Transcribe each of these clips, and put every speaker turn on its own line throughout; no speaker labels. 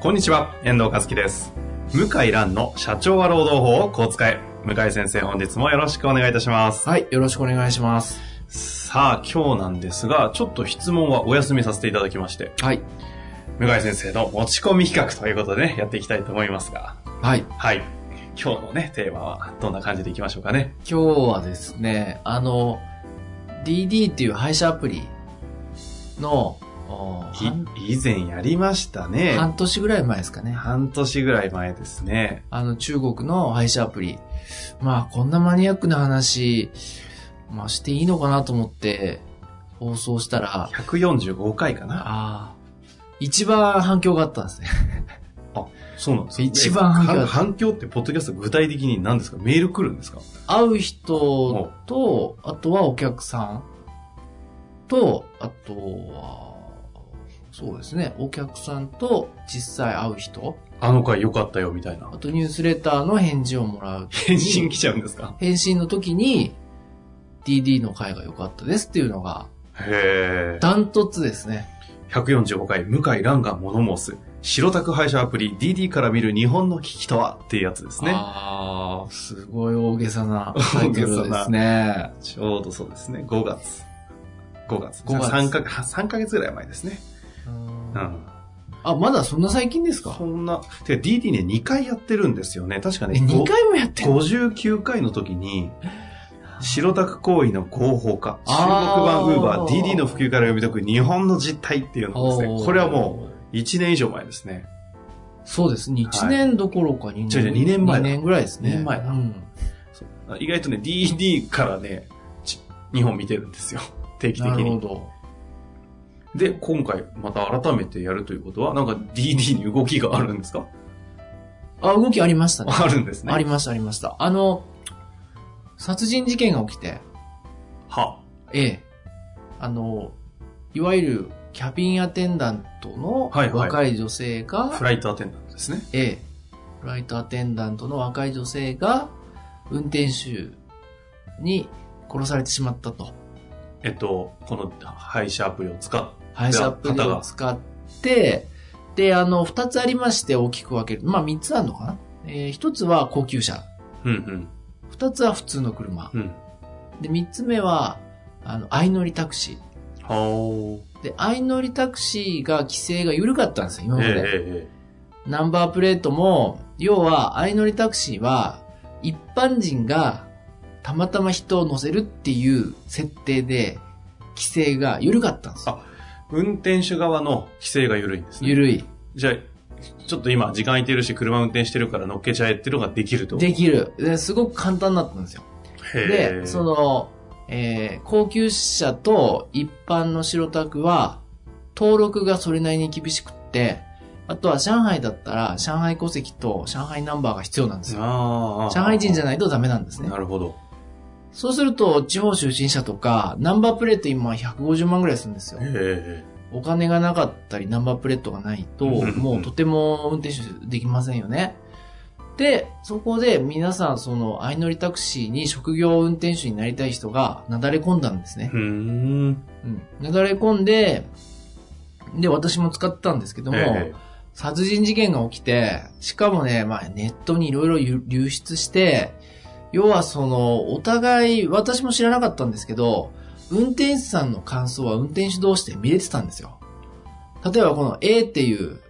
こんにちは、遠藤和樹です。向井蘭の社長は労働法をこう使え。向井先生、本日もよろしくお願いいたします。
はい、よろしくお願いします。
さあ、今日なんですが、ちょっと質問はお休みさせていただきまして、
はい。
向井先生の持ち込み企画ということでね、やっていきたいと思いますが、
はい。
はい。今日のね、テーマはどんな感じでいきましょうかね。
今日はですね、あの、DD っていう配車アプリの、お半
い以前やりましたね。
半年ぐらい前ですかね。
半年ぐらい前ですね。
あの、中国の配車アプリ。まあ、こんなマニアックな話、まあ、していいのかなと思って、放送したら、
145回かな。
ああ、一番反響があったんですね。
そうなんですよ
一番反響
え反響って、ポッドキャスト具体的に何ですかメール来るんですか
会う人と、あとはお客さんと、あとは、そうですね、お客さんと実際会う人、
あの回良かったよ、みたいな
あ。とニュースレターの返事をもらう。
返信来ちゃうんですか
返信の時に、DD の回が良かったですっていうのが、
へえ。
ダントツですね。
145回、向井蘭が物申す。白タク配車アプリ DD から見る日本の危機とはっていうやつですね。
ああ、すごい大げさなタイトルですね。
ちょうどそうですね。5月。5月。
5月
3ヶ月、3ヶ月ぐらい前ですね。
うん
うん。
あ、まだそんな最近ですか
そんな、てか DD ね、2回やってるんですよね。確か
え、
ね、
2回もやってんの
59回の時に、白タク行為の合法化、中国版
あー
Uber、DD の普及から読み解く日本の実態っていうのです
お
ね、
ー
これはもう1年以上前ですね。
そうですね。1年どころか2年。
違う違う二年前だ
二ぐらいですね。
二年前だ
うん。
そう意外とね、DD からね、ち日本見てるん ですよ。定期的
なるほ
に。
ど。
で、今回また改めてやるということは、なんか DD に動きがあるんですか
あ、動きありましたね。
あるんですね。
ありました、ありました。あの、殺人事件が起きて、
は。
ええ。あの、いわゆるキャビンアテンダントの
はいはい
若い女性が、
フライトアテンダントですね。
ええ。フライトアテンダントの若い女性が、運転手に殺されてしまったと。
えっと、この配車アプリを使っ
配車アプリを使って、で、あの、二つありまして大きく分ける。まあ、三つあるのかなえー一つは高級車。
うん
二つは普通の車。
うん。うん。
で、三つ目は、あの、相乗りタクシ
はお。
ー。で、相乗りタクシーが規制が緩かったんですよ、今
え
ま
え
で。
え
ナンバープレートも、要は、相乗りタクシーは、一般人がたまたま人を乗せるっていう設定で、規制が緩かったんですよ。
え運転手側の規制が緩いんですね。
緩い。
じゃあ、ちょっと今、時間空いてるし、車運転してるから乗っけちゃえっていうのができると。
できる。ですごく簡単だったんですよ。
へ
で、
ー
そ、の、えー高級車と一般の白タクは、登録がそれなりに厳しくって、あとは上海だったら、上海戸籍と上海ナンバーが必要なんですよ。
ああ。
上海人じゃ
な
ないとダメなんですね
な。るほど。
そうすると、地方出身者とか、ナンバープレート今150万ぐらいするんですよ
へ。え。
お金がなかったり、ナンバープレートがないと、
うんうん
もうとても運転手できませんよね。で、そこで皆さん、その、相乗りタクシーに職業運転手になりたい人が、なだれ込んだんですね
う。ーん。
うん。なだれ込んで、で、私も使ったんですけども、
え
殺人事件が起きて、しかもね、まあネットにいろいろ流出して、要はその、お互い、私も知らなかったんですけど、運転手さんの感想は運転手同士で見れてたんですよ。例えばこの A っていう、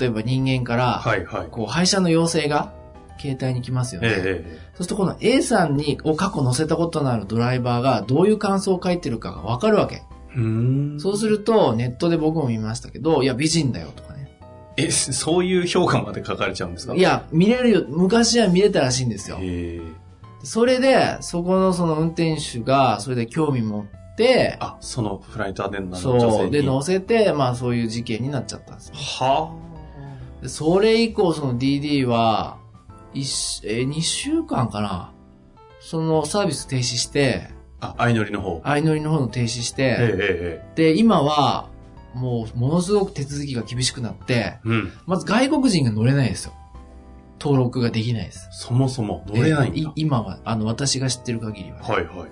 例えば人間か
え
ら、
はいはい。
こう、配車の要請が、携帯に来ますよね。
ええ。
そうするとこの A さんに、を過去乗せたことのあるドライバーが、どういう感想を書いてるかがわかるわけ。
うーん。
そうすると、ネットで僕も見ましたけど、いや、美人だよとかね。
え、そういう評価まで書かれちゃうんですか
いや、見れるよ、昔は見れたらしいんですよ。
へえ。
それで、そこのその運転手が、それで興味持っって、
あ、そのフライトアテンダーの女性
そう、
に。
で、乗せて、まあそういう事件になっちゃったんですよ。
は
でそれ以降、その DD は、一えー、2週間かなそのサービス停止して、
あ、相乗りの方。
相乗りの方の停止し
えええ
て、
ええ
で、今は、もう、ものすごく手続きが厳しくなって、
えうん。
まず外国人が乗れないですよ。登録ができないです。
そもそも乗れない
え
ん
ー
だ
い。今は、あの、私が知ってる限りは、ね。
はいはい。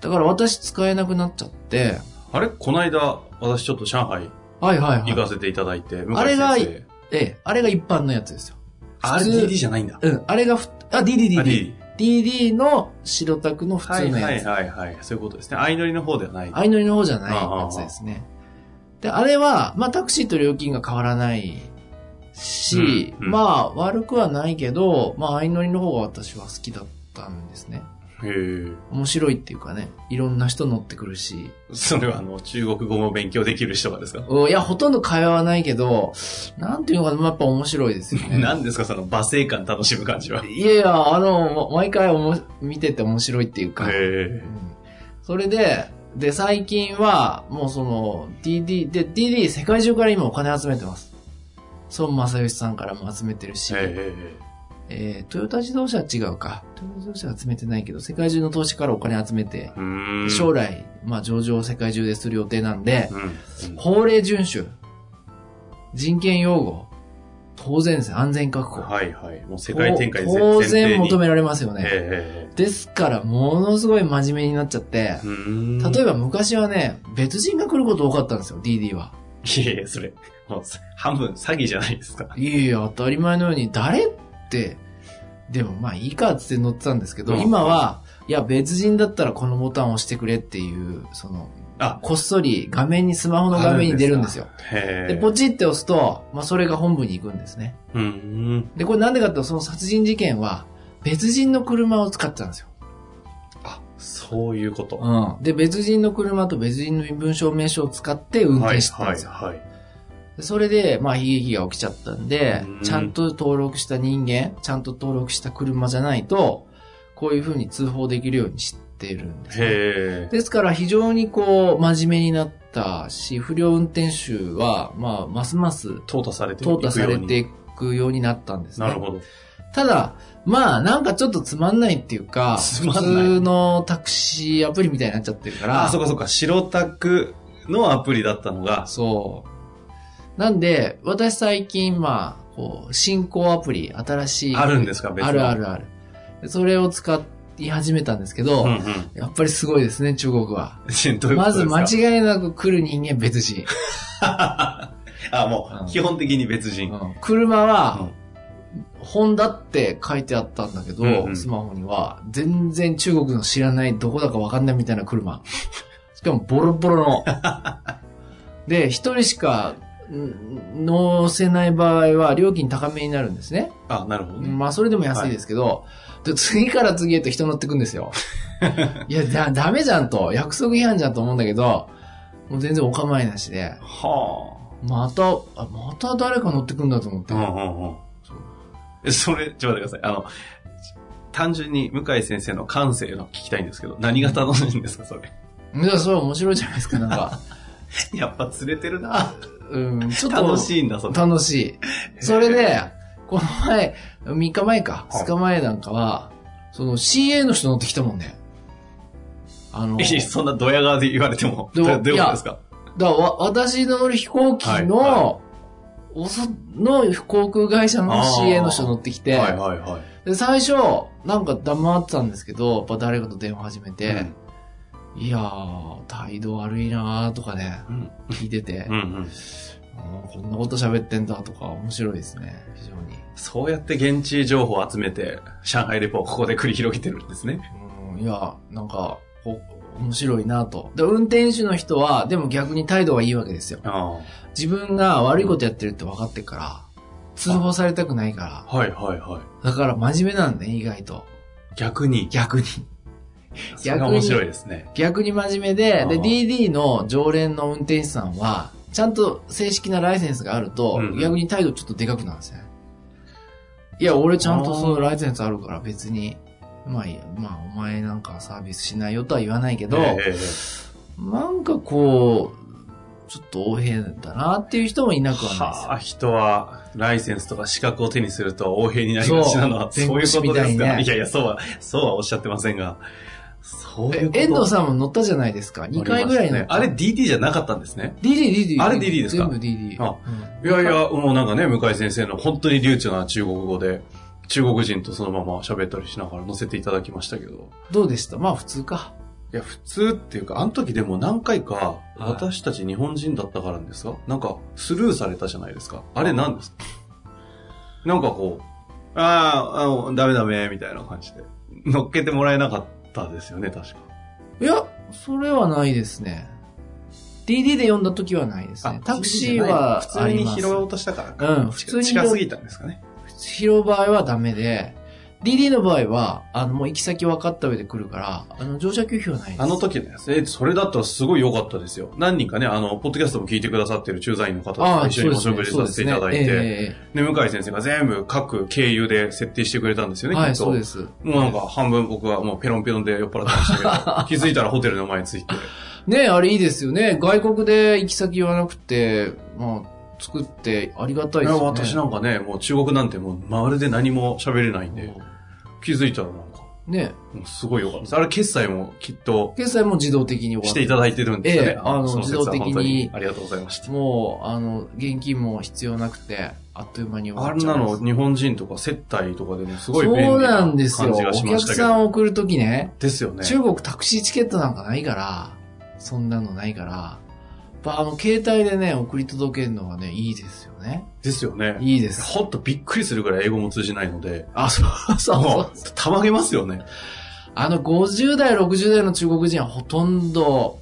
だから私使えなくなっちゃって、
あれこの間、私ちょっと上海
はいはい
行
はい。
かせていただいて、
あれが
向井先生
ええ、あれが一般のやつですよ。
あれ
普通
DD じゃないんだ。
うん、あれがふ、あ、
あ
DDDD。
DD。
DD の白タクの普
は
通
い
のやつ。
はいはいはい。そういうことですね。相乗りの方ではない。
相乗りの方じゃないやつですね。で、あれは、まあタクシーと料金が変わらないし、
うんうん
まあ悪くはないけど、まあ相乗りの方が私は好きだったんですね。
へえ。
面白いっていうかね、いろんな人乗ってくるし、
それはあの、中国語も勉強できる人がですか
うんいや、ほとんど会話はないけど、なんていうのかな、まあやっぱ面白いですよ ね。
何ですかその罵声感楽しむ感じは。へ
いやいや、あの、ま毎回おも見てて面白いっていうか、
え。
それで、で、最近は、もうその、DD、で、DD 世界中から今お金集めてます。孫正義さんからも集めてるし、え
へ
ートヨタ自動車は違うか。トヨタ自動車は集めてないけど、世界中の投資家からお金集めて
え。、うーん。
将来、まあ上場を世界中でする予定なんで、
うん。
法令遵守、人権擁護、当然ですね安全確保。
はいはい。もう世界展開
当当然求
め
められますよね。
え
ですから、ものすごい真面目になっちゃって、
え。うーん。
例え
ば。
ば昔はね、別人が来ること多かったんですよ、DD は。
いやいや、それ、もう、半分詐欺じゃないですか。
いやいや、当たり前のように、誰って、でもまあいいかっつって乗ってたんですけど、
うん
今は、いや別人だったらこのボタンを押してくれっていう、その、
あ、
こっそり画面に、スマホの画面に出るんですよ。
へえ。
で、ポチって押すと、まあそれが本部に行くんですね。
うーん。
で、これなんでかっていうと、その殺人事件は、別人の車を使ってたんですよ。
あ、そういうこと。
うん。で、別人の車と別人の身分証明書を使って運
はい
転してたん
は
で
い
すよ。
はい。
でそれで、まあ、悲劇が起きちゃったんで
うん、
ちゃんと登録した人間、ちゃんと登録した車じゃないと、こういうふうに通報できるようにしてるんです、ね。
へえ。
ですから、非常にこう、真面目になったし、不良運転手は、まあ、ますます
淘汰されていくよう
淘
に
汰されていくようになったんですね。
なるほど。
ただ、まあ、なんかちょっとつまんないっていうか、
つ
普
まんない
通のタクシーアプリみたいになっちゃってるから、
あ、そうかそうか。白タクのアプリだったのが、
そう。なんで、私最近、まあ、こう、進行アプリ、新しい。
あるんですか別に
あるあるある。でそれを使い始めたんですけど、
うんうん。
やっぱりすごいですね、中国は。
どういうことですか
まず間違いなく来る人間別人。
あ、も
うん
う、基本的に別人。
うん車は、ホンダって書いてあったんだけど、
うんうん
スマホには、全然中国の知らないどこだかわかんないみたいな 車。しかもボロボロ の。で、一人しかん乗せない場合は料金高めになるんですね。
あ、なるほどね。
まあそれでも安いですけど、で次から次へと人乗ってくんです よ。いや、だ、ダメじゃんと、約束違反じゃんと思うんだけど、もう全然お構いなしで、
は
また、あまた誰か乗ってくんだと思っ
あ。
て。
うんうんうん
そう。
えそれ、ちょっと待ってください。あの、単純に向井先生の感性の聞きたいんですけど、何が楽しいんですか、それ。
いや、それは面白いじゃないですか、なんか。
やっぱ釣れてるな。
うん、ちょっと。
楽
い。
しいんだ、それ。
楽しい。それで、この前、3日前か、
はい
2日前なんかは、その CA の人乗ってきたもんね。あの、
いやそんなドヤ顔で言われても、
で
ど
も
うどういうことですか
だからわ私の乗る飛行機の、
はい
おその航空会社の
あー
CA の人乗ってきて、
はいはいはい。
で最初、なんか黙ってたんですけど、やっぱ誰かと電話始めて、いやー、態度悪いなーとかね、
うん
聞い てて、
うんうん、
あーこんなこと喋ってんだとか面白いですね、非常に。
そうやって現地情報を集めて、上海レポをここで繰り広げてるんですね。
うん、いや、なんか、こ面白いなと。で、運転手の人は、でも逆に態度はいいわけですよ。
あ
自分が悪いことやってるって分かってっから、通報されたくないか
あ。はいはいはい。
ら。だから真面目なんだね、意外と。
逆に。
逆に。
それが面白いですね。
逆に真面目で、
あ
で、
ー
DD の常連の運転手さんは、ちゃんと正式なライセンスがあると
うんう、ん
逆に態度ちょっとでかくなるんですね。いや、俺ちゃんとそのライセンスあるから別に、まあいいや、まあお前なんかサービスしないよとは言わないけど、
ええええ
なんかこう、ちょっと横柄だなっていう人もいなくはないですよ
はあ、人は、ライセンスとか資格を手にすると、横柄になりがちなのは、
そう
そういうことで
弁護士
す
み
か
たい
い,、
にね
やいや、そうは、そうはおっしゃってませんが。そういうこと
え遠藤さんも乗ったじゃないですか。2回ぐらい乗
ね
っ。た。
あれ DT じゃなかったんですね。
DD、DD。
あれ DD ですか
全部 DD。
あ
うん
いやいや、もうなんかね、向井先生の本当に流暢な中国語で、中国人とそのまま喋ったりしながら載せていただきましたけど。
どうでしたまあ普通か。
いや、普通っていうか、あの時でも何回か、
い
私たち日本人だったからですかなんか、スルーされたじゃないですか。あれ何ですかなんかこう、あーあの、ダメダメ、みたいな感じで。乗っけてもらえなかったですよね、確か。
いや、それはないですね。DD で読んだ時はないですね。タクシーは
普
あ
通
り
に
ます
拾おうとしたからか。
うん普通に拾おう
近すぎたんですかね。
拾う場合はダメで、DD の場合は、あの、もう行き先分かった上で来るから、あの、乗車拒否はないです。
あの時のやつ。え、それだったらすごい良かったですよ。何人かね、あの、ポッドキャストも聞いてくださってる駐在員の方と
ああ、
一緒にお食事さ
そうで
せ
す
てい
ね
ただいて、
ええ
で
ええ
向井先生が全部各経由で設定してくれたんですよね、
は
き
い、
っと
そうです。
もうなんか半分僕はもうペロンペロンで酔っ払ってました けど、気づいたらホテルの前に着い て。
ねえあれいいですよね。外国で行き先言わなくて、まあ、作ってありがたい
い
で
や
すよね。
私なんかね、もう中国なんてもうまるで何も喋れないんで、気づいたらなんか、
ね
もうすごい良かったです。あれ決済もきっと
え決済も自動的に終わっ
していただいてるんですよね。
ええあの
そ節は本当
自動的に
ありがとうございました。
もう、あの、現金も必要なくて、あっという間に終
あ
わっ
ん
ちゃ
ない
ます
の日本人とか接待とかでもすごい便利
そう
な
なん
感じ
ですよ。
が
お
しま
客
したけ
さん
ど。
を送るときね
ですよね。
中国タクシーチケットなんかないから、そんなのないから、やっぱあの、携帯でね、送り届けるのはね、いいですよね。
ですよね。
いいです。
ほんとびっくりするぐらい英語も通じないので、
あ、そうそうそ
も
う
う。、たまげますよね。
あの、50代、60代の中国人はほとんど、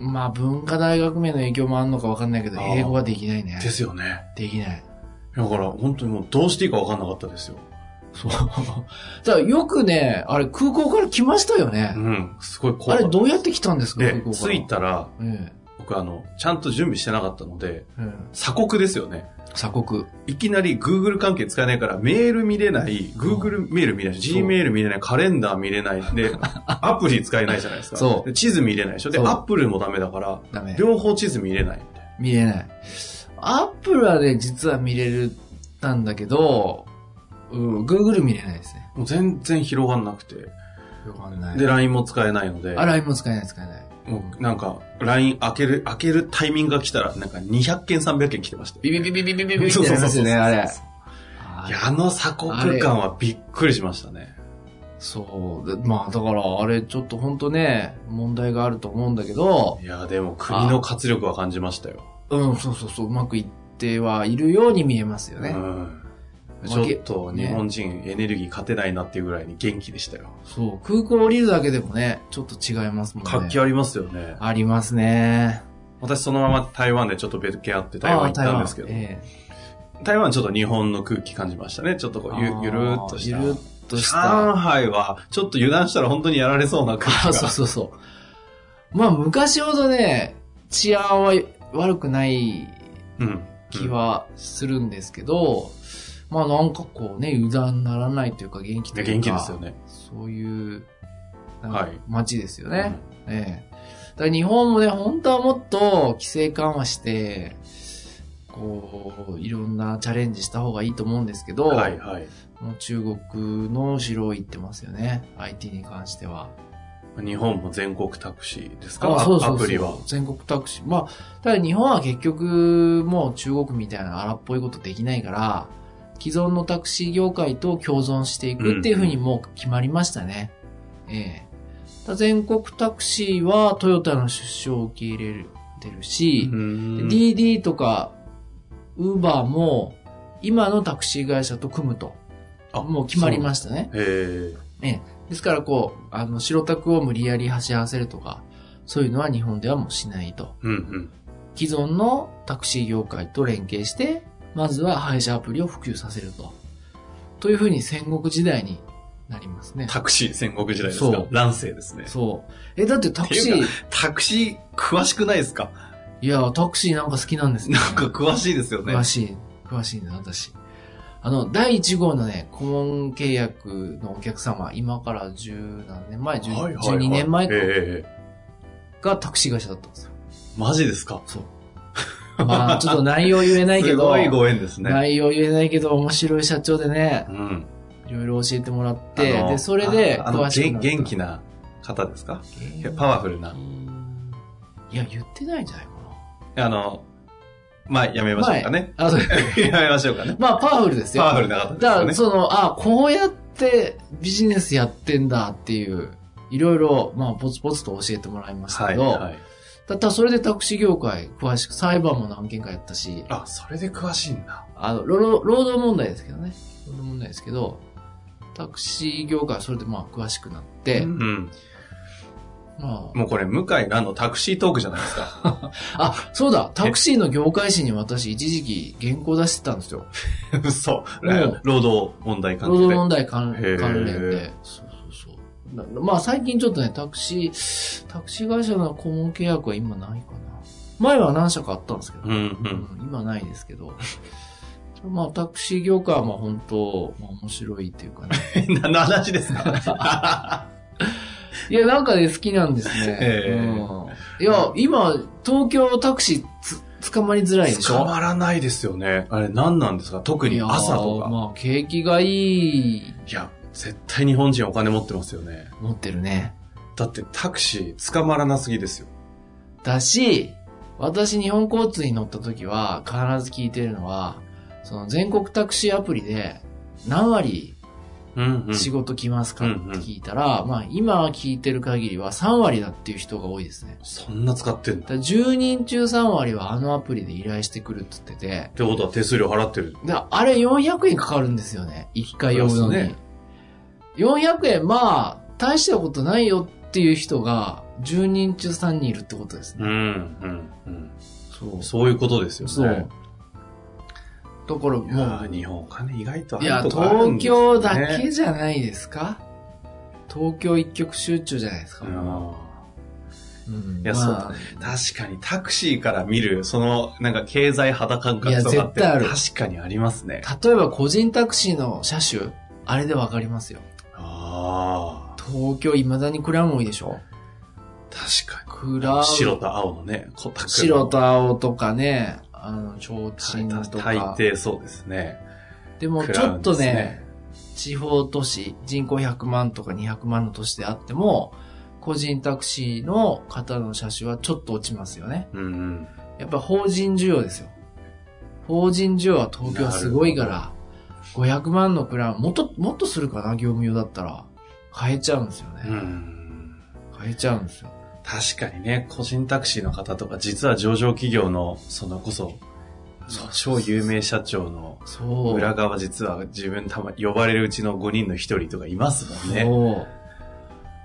まあ、文化大学名の影響もあんのかわかんないけど、
あー
英語はできないね。
ですよね。
できない。
だから、本当にもうどうしていいか分かんなかったですよ。
そう。だからよくね、あれ空港から来ましたよね
う。ん。すごい怖
あ
い。
れどうやって来たんですか、空
で
港、から。
着い。たら、
え
僕あの、ちゃんと準備してなかったので、
え。ええ
鎖国ですよね。
鎖国。
いきなり Google 関係使えないから、メール見れない、Google メール見れない、
そう
Gmail 見れない、カレンダー見れない、で、アプリ使えないじゃないですか。
そう
で地図見れないでしょ。で、
そう
Apple もダメだから、
ダメ。
両方地図見れないみたいな。
見れない。アップルはね、実は見れるたんだけど、うん、Google 見れないですね。
もう全然広がんなくて。
よくわかんない。
で、LINE も使えないので、
あ、LINE も使えない、使えない。
もうなんか、LINE 開ける、開けるタイミングが来たら、なんか200件300件来てました。
ビビビビビビビビって
そうそう
なり
そ
ま
う
す
そう
よね、あれ。
いや、あの鎖国感はびっくりしましたね。
そう。でまあ、だから、あれ、ちょっと本当ね、問題があると思うんだけど、
いや、でも国の活力は感じましたよ。
うん、そうそうそう、うまくいってはいるように見えますよ
う
ね。
ん
まあ
ちょっと日本人エネルギー勝てないなっていうぐらいに元気でしたよ。
そう、空港降りるだけでもね、ちょっと違いますもんね。
活気ありますよね。
ありますね。
私そのまま台湾でちょっと別件あって台湾行ったんですけど、
あー台湾ええ
台湾ちょっと日本の空気感じましたね。ちょっとこうゆ
あ
ゆるーっとした。
ゆるっとした。
上海はちょっと油断したら本当にやられそうな空気
あ
が。
そうそうそう。まあ、昔ほどね、治安は悪くない
うん。
気はするんですけど、まあなんかこうね、油断ならないというか元気と
で
いうか。
元気ですよ。ね。
そういう、なん
は
か
い
街ですよね。ええ。だから日本もね、本当はもっと規制緩和して、こう、いろんなチャレンジした方がいいと思うんですけど、
うんはいはい。
もう中国の城を行ってますよね。IT に関しては。
日本も全国タクシーですか
そうそうそう
アプリは。
全国タクシー。まあ、ただ日本は結局、もう中国みたいな荒っぽいことできないから、既存のタクシー業界と共存していくっていうふうにもう決まりましたね。ええ。ただ全国タクシーはトヨタの出資を受け入れてるし、
うん
DD とか、ウーバーも、今のタクシー会社と組むと。
あ
もう決まりましたね。
え
ですからこう、あの、白タクを無理やり走らせるとか、そういうのは日本ではもうしないと。
えうんうん。
既存のタクシー業界と連携して、まずは配車アプリを普及させると。というふうに戦国時代になりますね。
タクシー戦国時代です
そ
か
う
乱世ですね。
そう。え、だってタクシ
ってい
ー、い
タクシー詳しくないですか
や、タクシーなんか好きなんですね。
なんか詳しいですよね
詳。しい。詳しいね、私。あの、第1号のね、顧問契約のお客様、今から十何年前、十
はいはいはい
12年前か
え
がタクシー会社だったんですよ。
マジですか
そう。まあ、ちょっと内容言えないけ
す
ど
ご、いご縁ですね。
内容言えないけど、面白い社長でね、
うん。
いろいろ教えてもらって、
あの
で、それで、
ああの、
詳し
げ
くなった
ん元気な方ですかパワフルな。
いや、言ってないんじゃないか
あの、まあ、やめ
な。
ましょうかね。
あ、そう
やめましょうかね。
まあ、パワフルですよ。
パワフルな方です
だか
よ
ら、
ね。
その、あ、こうやってビジネスやってんだっていう、いろいろ、まあ、ポツポツと教えてもらいました
は
け
い、
ど、
はい。
だったらそれでタクシー業界詳しく、裁判も何件かやったし、
あ、それで詳しいんだ。
あの、労働労働問題ですけどね。労働問題ですけど、タクシー業界はそれでまあ詳しくなって、
うん。
まあ、
もうこれ、向井蘭のタクシートークじゃないですか。
あ、そうだ、タクシーの業界誌に私一時期原稿出してたんですよ。
そうう。労働問題関
労
係
働
で。
問題関
へー
関連で。そうそうそうな。まあ最近ちょっとね、タクシー、タクシー会社の顧問契約は今ないかな。前は何社かあったんですけど、
うんうん。
うん今ないですけど。まあタクシー業界はまあ本当、まあ、面白いっていうかね。
何の話ですか
いや、なんかね、好きなんですね。
ええ
うん、いや、今、東京タクシーつ捕まりづらいでしょ
捕まらないですよね。あれ何なんですか特に朝
い
と
や
か。
まあ、景気がいい、
いや、絶対日本人お金持ってますよね。
持ってるね。
だってタクシー捕まらなすぎですよ。
だし、私、日本交通に乗った時は、必ず聞いてるのは、その全国タクシーアプリで、何割
うん、
仕事来ますかっ
う
て
んうん
聞いたら、まあ、今聞いてる限りは3割だっていう人が多いですね。
そんな使ってんだ。
だから10人中3割はあのアプリで依頼してくるって言ってて、
ってことは手数料払ってる。
で、あれ400円かかるんですよね。一回呼ぶの
そう
に。
ですね
400円、まあ、大したことないよっていう人が、10人中3人いるってことですね。
ん、うん、
そう
うん。そういうことですよね。
そう。だ
いやー
からもう、
日本お金意外とあ
い
る
や、
とこあるんですね
東京だけじゃないですか東京一極集中じゃないですか。
うん
うん
いやそうだ
ね。
確かにタクシーから見る、その、なんか経済肌感
いや
覚とかって、
絶対ある
確かにありますね。
例えば個人タクシーの車種、あれでわかりますよ。
ああ、
東京未だにクラウン多いでしょ
確かに。
クラウン。
白と青のね、コタクの
白と青とかね、あの、提灯と
大
か。
抵そうですね。
でも
ク
ち
ラ
ょ
ウ
っ
ンで
と
すね
ね、地方都市、人口100万とか200万の都市であっても、個人タクシーの方の車種はちょっと落ちますよね。
うんうん。
やっぱ法人需要ですよ。法人需要は東京はすごいから、500万のクラウン、もっと、もっとするかな、業務用だったら。変えちゃうんですよね。
うん
変えちゃうんですよ。
確かにね、個人タクシーの方とか、実は上場企業の、そのこそ、
そう
超有名社長の
そう。
裏側実は自分たま、呼ばれるうちの5人の1人とかいますもんね。
そう。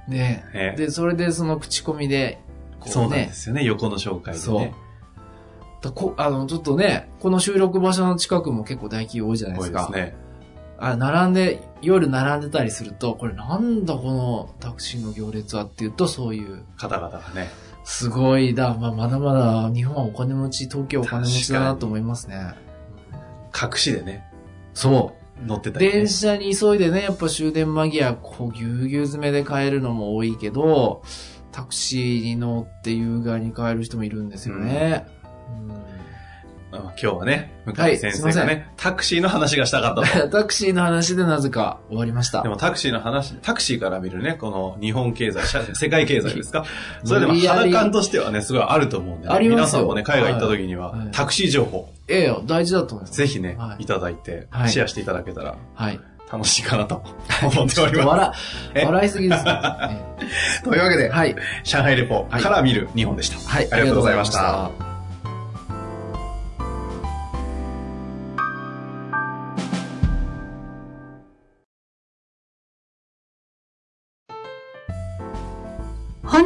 ね
ね
で、それでその口コミで、こ
そう
う
なんで
ね、
すよね、横の紹介で
そう
ね。
だこあの、ちょっとね、この収録場所の近くも結構大企業多いじゃないで
多
す
いで
か。
すね。
あ、並んで、夜並んでたりすると、これなんだこのタクシーの行列はっていうと、そういう、
方々がね。
すごい、だ、まあ、まだまだ日本はお金持ち、東京はお金持ちだなと思いますね。
隠しでね、
そ
乗って
う。
たりね
電。車に急いでね、やっぱ終電間際、こう、ぎゅうぎゅう詰めで帰るのも多いけど、タクシーに乗って優雅に帰る人もいるんですよね。うん
あ今日はね、向
は
井
い
先生が
すいませ
ね、タクシーの話がしたかったと。
タクシーの話でなぜか終わりまし た
で。もタクシーの話、タクシーから見るね、この日本経済、社世界経済です かそれでも
無理やり
肌感としてはね、すごいあると思うんで、ね、
あります
皆
よ
さんもね、海外行った時には、
はいはい
タクシー情報、
ええよ、大事だと思います。
ぜひね、
はい
い、ただいて、
はい
シェアしていただけたら
はい。
楽しいかなと 思っており
ちょっと
ま
笑、
え
笑いすぎですね。え
す。 というわけ
え
で、
はい。
上海レポから見る日本でした。
はい。
ありがとうございまし
ありがとうござい
た
ま。
本